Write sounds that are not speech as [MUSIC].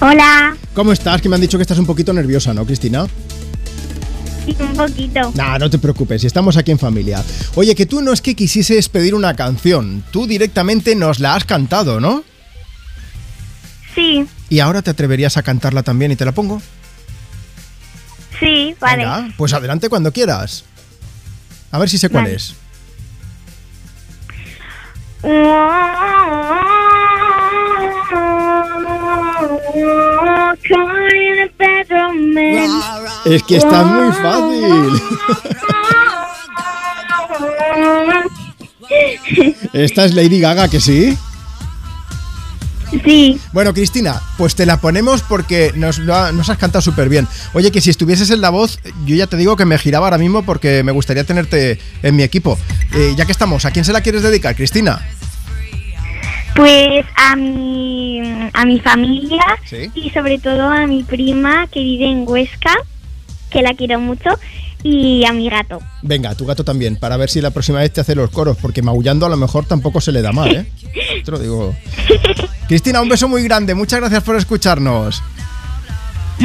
Hola. ¿Cómo estás? Que me han dicho que estás un poquito nerviosa, ¿no, Cristina? Sí, un poquito. Nah, no te preocupes, estamos aquí en familia. Oye, que tú no es que quisieses pedir una canción, tú directamente nos la has cantado, ¿no? Sí, ¿Y ahora te atreverías a cantarla también y te la pongo? sí, vale. Venga, pues adelante cuando quieras. A ver si sé cuál Vale. es. Caught in a bedroom man. Es que está muy fácil. Esta es Lady Gaga, que sí. [LAUGHS] Sí, Bueno, Cristina, pues te la ponemos porque nos, lo ha- nos has cantado súper bien. Oye, que si estuvieses en la voz, yo ya te digo que me giraba ahora mismo porque me gustaría tenerte en mi equipo. Eh, ya que estamos, ¿a quién se la quieres dedicar, Cristina? pues a mi, a mi familia Sí. y sobre todo a mi prima que vive en Huesca, que la quiero mucho, y a mi gato. Venga, tu gato también, para ver si la próxima vez te hace los coros, porque maullando a lo mejor tampoco se le da mal, ¿eh? Te lo digo. Cristina, un beso muy grande, muchas gracias por escucharnos.